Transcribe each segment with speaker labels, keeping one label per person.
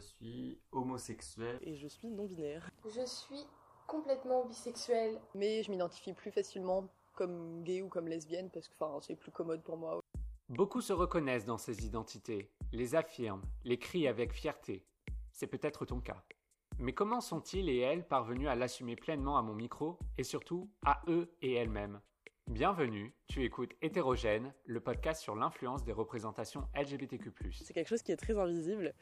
Speaker 1: suis homosexuel.
Speaker 2: Et je suis non-binaire.
Speaker 3: Je suis complètement bisexuelle.
Speaker 4: Mais je m'identifie plus facilement comme gay ou comme lesbienne parce que enfin, c'est plus commode pour moi.
Speaker 5: Beaucoup se reconnaissent dans ces identités, les affirment, les crient avec fierté. C'est peut-être ton cas. Mais comment sont-ils et elles parvenus à l'assumer pleinement à mon micro et surtout à eux et elles-mêmes Bienvenue, tu écoutes Hétérogène, le podcast sur l'influence des représentations LGBTQ.
Speaker 2: C'est quelque chose qui est très invisible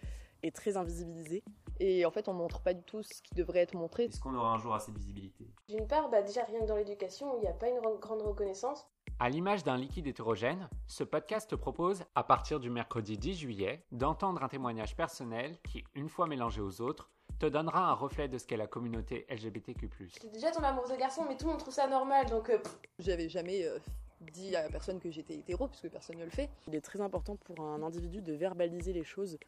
Speaker 2: et très invisibilisé.
Speaker 4: Et en fait, on montre pas du tout ce qui devrait être montré.
Speaker 1: Est-ce qu'on aura un jour assez de visibilité
Speaker 3: D'une part, bah déjà rien que dans l'éducation, il n'y a pas une grande reconnaissance.
Speaker 5: À l'image d'un liquide hétérogène, ce podcast te propose, à partir du mercredi 10 juillet, d'entendre un témoignage personnel qui, une fois mélangé aux autres, te donnera un reflet de ce qu'est la communauté LGBTQ.
Speaker 3: J'ai déjà ton amour de garçon, mais tout le monde trouve ça normal, donc euh, pff,
Speaker 4: J'avais jamais euh, dit à personne que j'étais hétéro parce que personne ne le fait.
Speaker 2: Il est très important pour un individu de verbaliser les choses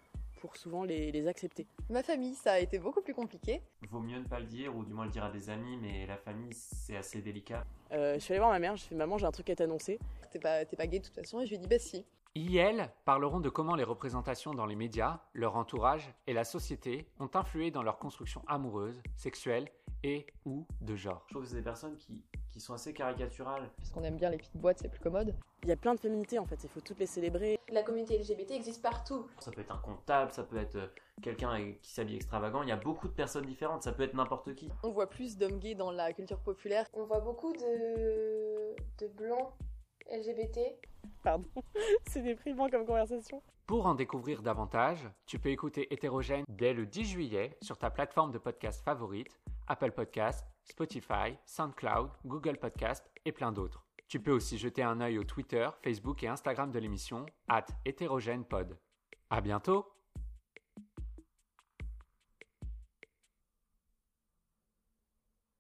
Speaker 2: pour souvent les, les accepter.
Speaker 4: Ma famille, ça a été beaucoup plus compliqué.
Speaker 1: Vaut mieux ne pas le dire, ou du moins le dire à des amis, mais la famille, c'est assez délicat.
Speaker 2: Euh, je suis allée voir ma mère, je fais maman, j'ai un truc à t'annoncer.
Speaker 4: T'es pas, t'es pas gay de toute façon et je lui ai dit bah si.
Speaker 5: IL parleront de comment les représentations dans les médias, leur entourage et la société ont influé dans leur construction amoureuse, sexuelle et ou de genre.
Speaker 1: Je trouve que c'est des personnes qui, qui sont assez caricaturales.
Speaker 4: Parce qu'on aime bien les petites boîtes, c'est plus commode.
Speaker 2: Il y a plein de féminités en fait, il faut toutes les célébrer.
Speaker 3: la communauté LGBT existe partout.
Speaker 1: Ça peut être un comptable, ça peut être euh, quelqu'un qui s'habille extravagant, il y a beaucoup de personnes différentes, ça peut être n'importe qui.
Speaker 4: On voit plus d'hommes gays dans la culture populaire.
Speaker 3: On voit beaucoup de, de blancs LGBT.
Speaker 2: Pardon, c'est déprimant comme conversation.
Speaker 5: Pour en découvrir davantage, tu peux écouter Hétérogène dès le 10 juillet sur ta plateforme de podcast favorite, Apple Podcast, Spotify, SoundCloud, Google Podcast et plein d'autres. Tu peux aussi jeter un œil au Twitter, Facebook et Instagram de l'émission, at hétérogènepod. À bientôt!